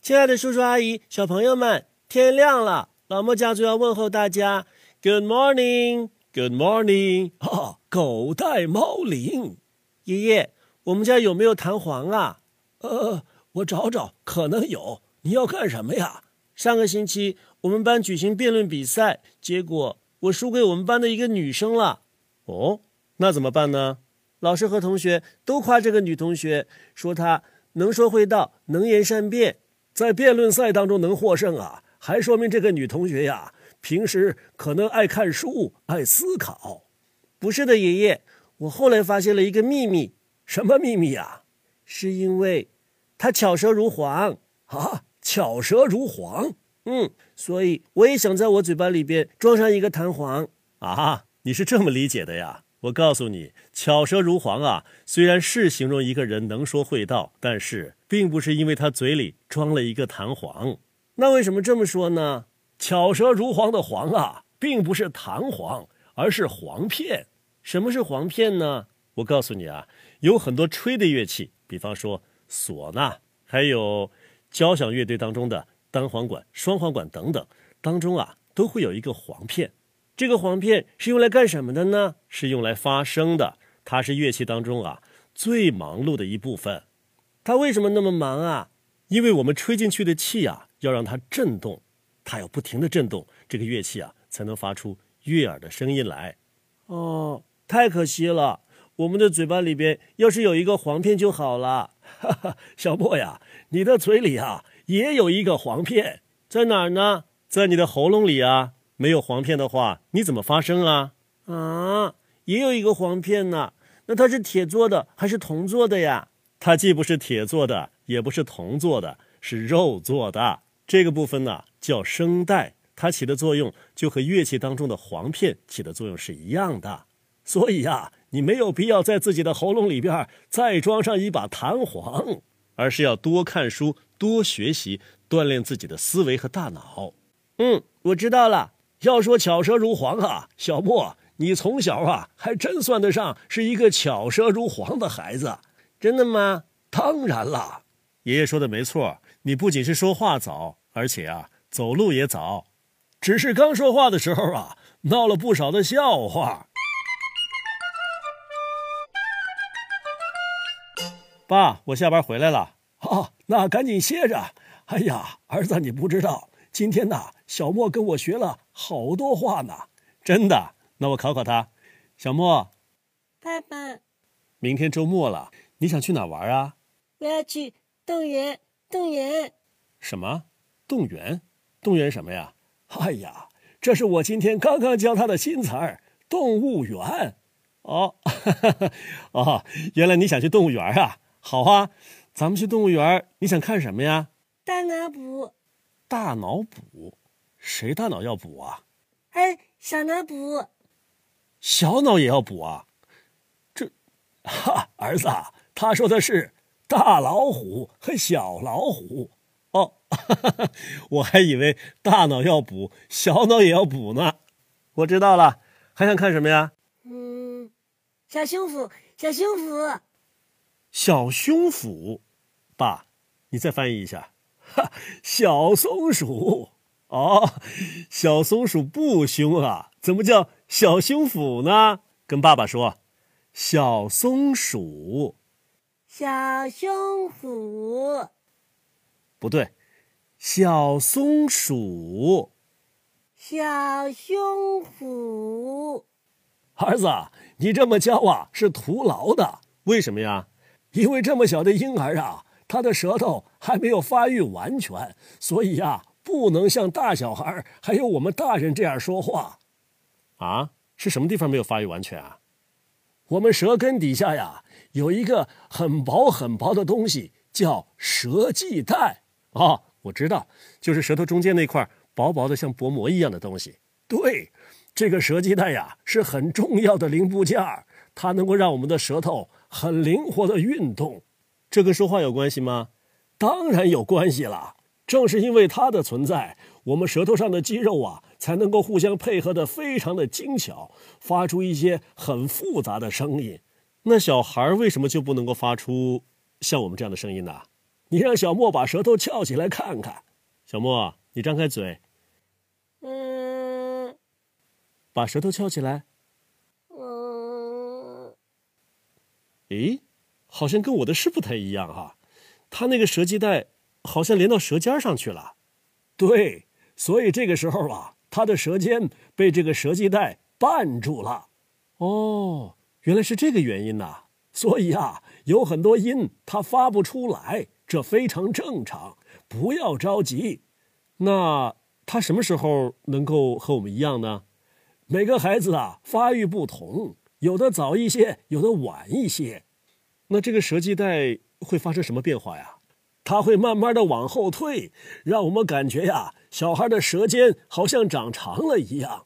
亲爱的叔叔阿姨、小朋友们，天亮了，老莫家族要问候大家：Good morning，Good morning。啊，狗带猫铃。爷爷，我们家有没有弹簧啊？呃，我找找，可能有。你要干什么呀？上个星期我们班举行辩论比赛，结果我输给我们班的一个女生了。哦，那怎么办呢？老师和同学都夸这个女同学，说她能说会道，能言善辩，在辩论赛当中能获胜啊，还说明这个女同学呀，平时可能爱看书，爱思考。不是的，爷爷，我后来发现了一个秘密。什么秘密呀、啊？是因为她巧舌如簧啊。巧舌如簧，嗯，所以我也想在我嘴巴里边装上一个弹簧啊！你是这么理解的呀？我告诉你，巧舌如簧啊，虽然是形容一个人能说会道，但是并不是因为他嘴里装了一个弹簧。那为什么这么说呢？巧舌如簧的簧啊，并不是弹簧，而是簧片。什么是簧片呢？我告诉你啊，有很多吹的乐器，比方说唢呐，还有。交响乐队当中的单簧管、双簧管等等，当中啊都会有一个簧片。这个簧片是用来干什么的呢？是用来发声的。它是乐器当中啊最忙碌的一部分。它为什么那么忙啊？因为我们吹进去的气啊，要让它震动，它要不停的震动，这个乐器啊才能发出悦耳的声音来。哦，太可惜了。我们的嘴巴里边要是有一个簧片就好了。哈哈， 小莫呀，你的嘴里啊也有一个簧片，在哪儿呢？在你的喉咙里啊。没有簧片的话，你怎么发声啊？啊，也有一个簧片呢、啊。那它是铁做的还是铜做的呀？它既不是铁做的，也不是铜做的，是肉做的。这个部分呢、啊、叫声带，它起的作用就和乐器当中的簧片起的作用是一样的。所以呀、啊。你没有必要在自己的喉咙里边再装上一把弹簧，而是要多看书、多学习，锻炼自己的思维和大脑。嗯，我知道了。要说巧舌如簧啊，小莫，你从小啊还真算得上是一个巧舌如簧的孩子。真的吗？当然啦。爷爷说的没错，你不仅是说话早，而且啊走路也早。只是刚说话的时候啊，闹了不少的笑话。爸，我下班回来了。哦，那赶紧歇着。哎呀，儿子，你不知道，今天呐、啊，小莫跟我学了好多话呢。真的？那我考考他。小莫，爸爸，明天周末了，你想去哪玩啊？我要去动物园。动物园？什么？动物园？动物园什么呀？哎呀，这是我今天刚刚教他的新词儿——动物园。哦， 哦，原来你想去动物园啊？好啊，咱们去动物园。你想看什么呀？大脑补。大脑补？谁大脑要补啊？哎，小脑补。小脑也要补啊？这，哈，儿子，他说的是大老虎和小老虎。哦， 哈哈我还以为大脑要补，小脑也要补呢。我知道了，还想看什么呀？嗯，小胸脯，小胸脯。小胸脯，爸，你再翻译一下。 哈，小松鼠哦，小松鼠不凶啊，怎么叫小胸脯呢？跟爸爸说，小松鼠，小胸脯，不对，小松鼠，小胸脯。儿子，你这么教啊是徒劳的，为什么呀？因为这么小的婴儿啊，他的舌头还没有发育完全，所以呀、啊，不能像大小孩还有我们大人这样说话。啊，是什么地方没有发育完全啊？我们舌根底下呀，有一个很薄很薄的东西，叫舌系带。啊哦，我知道，就是舌头中间那块薄薄的像薄膜一样的东西。对，这个舌系带呀，是很重要的零部件，它能够让我们的舌头。很灵活的运动，这跟说话有关系吗？当然有关系啦！正是因为它的存在，我们舌头上的肌肉啊，才能够互相配合的非常的精巧，发出一些很复杂的声音。那小孩为什么就不能够发出像我们这样的声音呢、啊？你让小莫把舌头翘起来看看。小莫，你张开嘴，嗯把舌头翘起来。嗯，咦，好像跟我的是不太一样哈、他那个舌系带好像连到舌尖上去了。对，所以这个时候啊，他的舌尖被这个舌系带绊住了。哦，原来是这个原因呐、所以啊，有很多音它发不出来，这非常正常，不要着急。那他什么时候能够和我们一样呢？每个孩子啊，发育不同，有的早一些，有的晚一些，那这个舌系带会发生什么变化呀？它会慢慢的往后退，让我们感觉呀、小孩的舌尖好像长长了一样。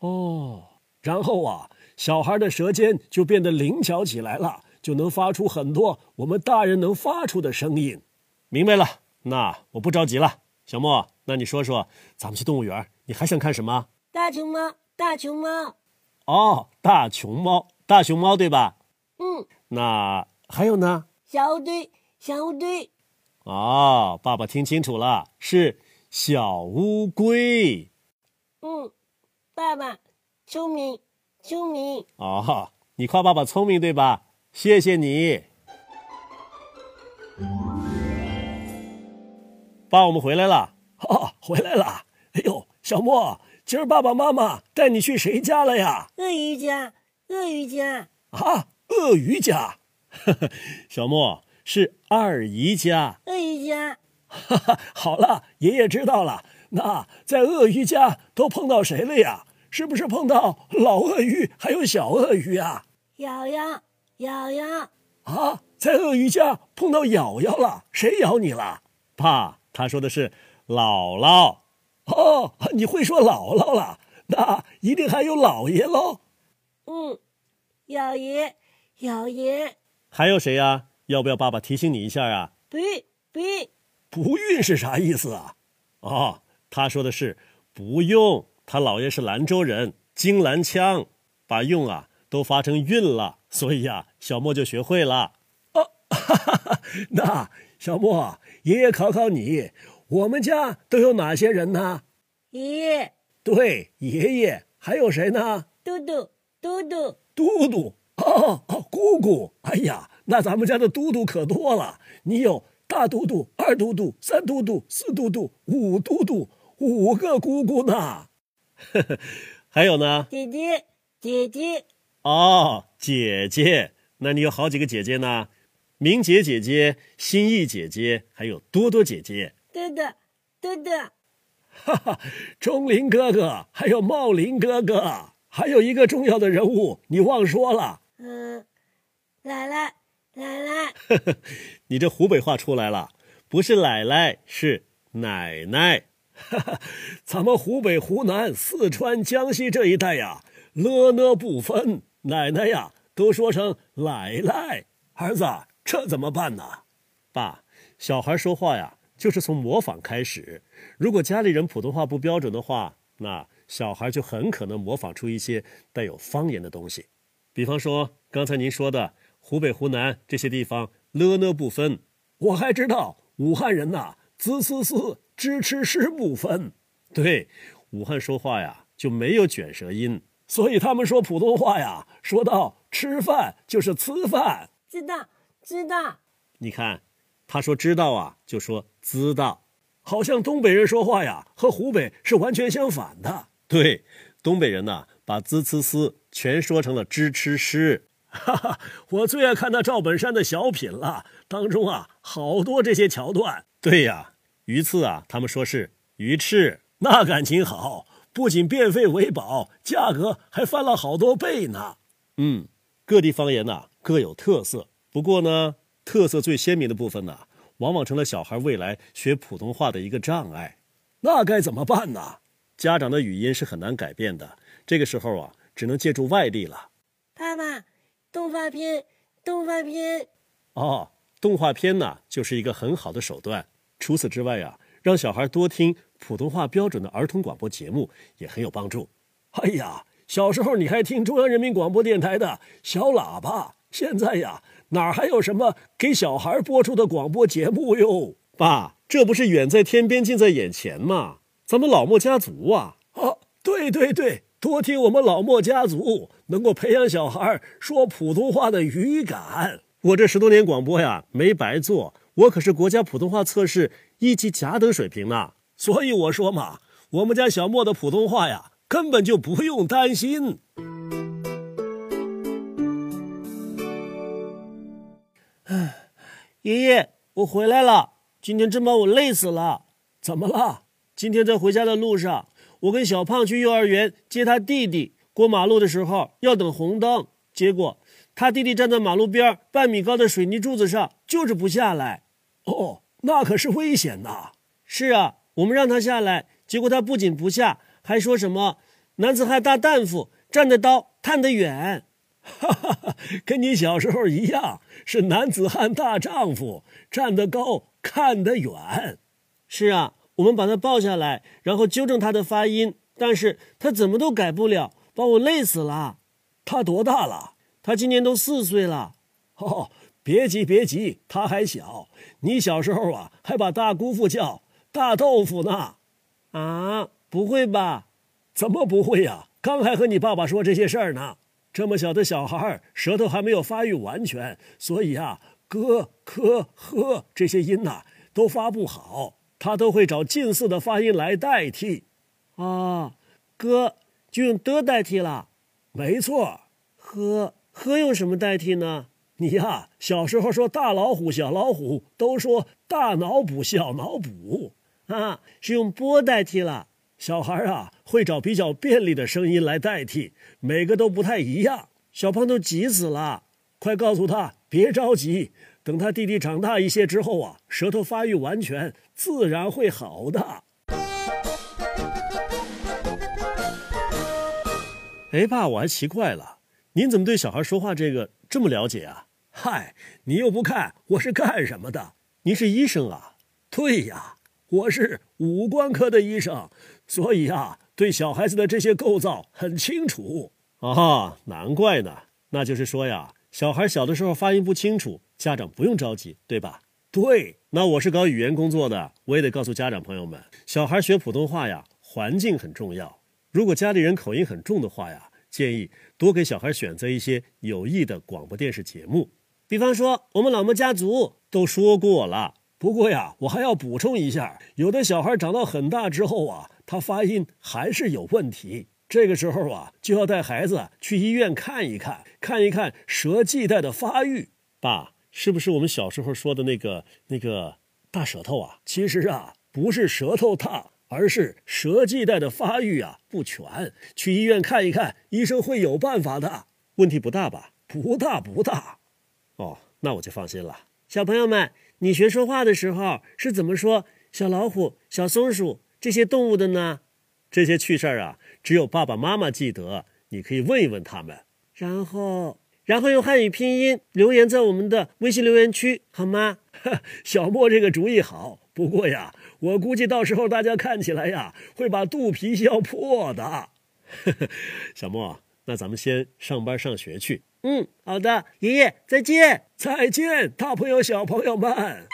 哦，然后啊，小孩的舌尖就变得灵巧起来了，就能发出很多我们大人能发出的声音。明白了。那我不着急了，小莫，那你说说，咱们去动物园，你还想看什么？大熊猫，大熊猫，哦，大熊猫，大熊猫对吧？嗯，那还有呢？小乌龟，小乌龟，哦，爸爸听清楚了，是小乌龟。嗯，爸爸，聪明，聪明，哦，你夸爸爸聪明对吧？谢谢你，爸，我们回来了。哦，回来了。哎呦，小莫，今儿爸爸妈妈带你去谁家了呀？鳄鱼家，鳄鱼家，啊，鳄鱼家。 小莫是二姨家，鳄鱼家，哈哈， 好了，爷爷知道了。那在鳄鱼家都碰到谁了呀？是不是碰到老鳄鱼还有小鳄鱼啊？瑶瑶，瑶瑶，啊，在鳄鱼家碰到咬咬了，谁咬你了？爸，他说的是姥姥。哦，你会说姥姥了，那一定还有姥爷喽。嗯，咬爷，咬爷，还有谁呀、要不要爸爸提醒你一下啊？呸呸，不孕是啥意思啊？哦，他说的是不用，他姥爷是兰州人，京兰腔，把用啊都发成韵了，所以呀、小莫就学会了。哦那小莫，爷爷考考你，我们家都有哪些人呢？爷爷，对，爷爷，还有谁呢？嘟嘟，嘟嘟，嘟嘟，哦哦，姑姑，哎呀，那咱们家的嘟嘟可多了，你有大嘟嘟、二嘟嘟、三嘟嘟、四嘟嘟、五嘟嘟，五个姑姑呢。 还有呢？姐姐，姐姐，哦，姐姐，那你有好几个姐姐呢？明姐姐姐、心意姐姐，还有多多姐姐。嘟嘟，嘟嘟，哈哈，钟林哥哥，还有茂林哥哥，还有一个重要的人物，你忘说了。嗯，奶奶，奶奶，你这湖北话出来了，不是奶奶，是奶奶。 咱们湖北、湖南、四川、江西这一带呀，了呢不分，奶奶呀都说成奶奶。儿子，这怎么办呢？爸，小孩说话呀，就是从模仿开始。如果家里人普通话不标准的话，那小孩就很可能模仿出一些带有方言的东西。比方说刚才您说的湖北、湖南这些地方了呢不分，我还知道武汉人呐、滋滋滋，支吃吃不分，对，武汉说话呀就没有卷舌音。所以他们说普通话呀，说到吃饭就是吃饭。知道，知道，你看，他说知道啊，就说知道。好像东北人说话呀，和湖北是完全相反的。对，东北人呐、把滋呲丝全说成了支吃诗。哈哈，我最爱看那赵本山的小品了，当中啊好多这些桥段，对呀，鱼刺啊，他们说是鱼翅。那感情好，不仅变废为宝，价格还翻了好多倍呢。嗯，各地方言呐、各有特色，不过呢，特色最鲜明的部分呐、往往成了小孩未来学普通话的一个障碍。那该怎么办呢？家长的语音是很难改变的，这个时候啊，只能借助外力了。爸爸，动画片，动画片，哦，动画片呐，就是一个很好的手段。除此之外啊，让小孩多听普通话标准的儿童广播节目也很有帮助。哎呀，小时候你还听中央人民广播电台的小喇叭，现在呀，哪还有什么给小孩播出的广播节目哟？爸，这不是远在天边，近在眼前吗？咱们老莫家族啊，啊，对对对，多听我们老莫家族，能够培养小孩说普通话的语感。我这十多年广播呀，没白做，我可是国家普通话测试一级甲等水平呢。所以我说嘛，我们家小莫的普通话呀，根本就不用担心。爷爷，我回来了，今天真把我累死了。怎么了？今天在回家的路上，我跟小胖去幼儿园接他弟弟，过马路的时候要等红灯，结果他弟弟站在马路边半米高的水泥柱子上，就是不下来。哦，那可是危险呐！是啊，我们让他下来，结果他不仅不下，还说什么“男子汉大担负，站得高，探得远”。哈哈哈，跟你小时候一样，是男子汉大丈夫，站得高，看得远。是啊，我们把他抱下来，然后纠正他的发音，但是他怎么都改不了，把我累死了。他多大了？他今年都四岁了。哦，别急别急，他还小。你小时候啊，还把大姑父叫大豆腐呢。啊，不会吧？怎么不会呀、啊？刚还和你爸爸说这些事儿呢。这么小的小孩舌头还没有发育完全，所以啊，咯、咳、呵这些音呐、啊、都发不好，他都会找近似的发音来代替。啊，咯就用的代替了，没错。呵呵用什么代替呢？你呀、啊，小时候说大老虎、小老虎，都说大脑补、小脑补啊，是用波代替了。小孩啊，会找比较便利的声音来代替，每个都不太一样。小胖都急死了，快告诉他别着急，等他弟弟长大一些之后啊，舌头发育完全，自然会好的。哎，爸，我还奇怪了，您怎么对小孩说话这个这么了解啊？嗨，你又不看我是干什么的？您是医生啊？对呀。我是五官科的医生，所以啊，对小孩子的这些构造很清楚啊、哦，难怪呢。那就是说呀，小孩小的时候发音不清楚，家长不用着急，对吧？对。那我是搞语言工作的，我也得告诉家长朋友们，小孩学普通话呀，环境很重要。如果家里人口音很重的话呀，建议多给小孩选择一些有益的广播电视节目，比方说我们老莫家族都说过了。不过呀，我还要补充一下，有的小孩长到很大之后啊，他发音还是有问题。这个时候啊，就要带孩子去医院看一看，看一看舌系带的发育。爸，是不是我们小时候说的那个那个大舌头啊？其实啊，不是舌头大，而是舌系带的发育啊不全。去医院看一看，医生会有办法的。问题不大吧？不大不大。哦，那我就放心了。小朋友们。你学说话的时候是怎么说小老虎、小松鼠这些动物的呢？这些趣事儿啊，只有爸爸妈妈记得，你可以问一问他们。然后，然后用汉语拼音留言在我们的微信留言区，好吗？ 小莫这个主意好，不过呀，我估计到时候大家看起来呀，会把肚皮笑破的。小莫，那咱们先上班上学去。嗯，好的，爷爷，再见，再见，大朋友小朋友们。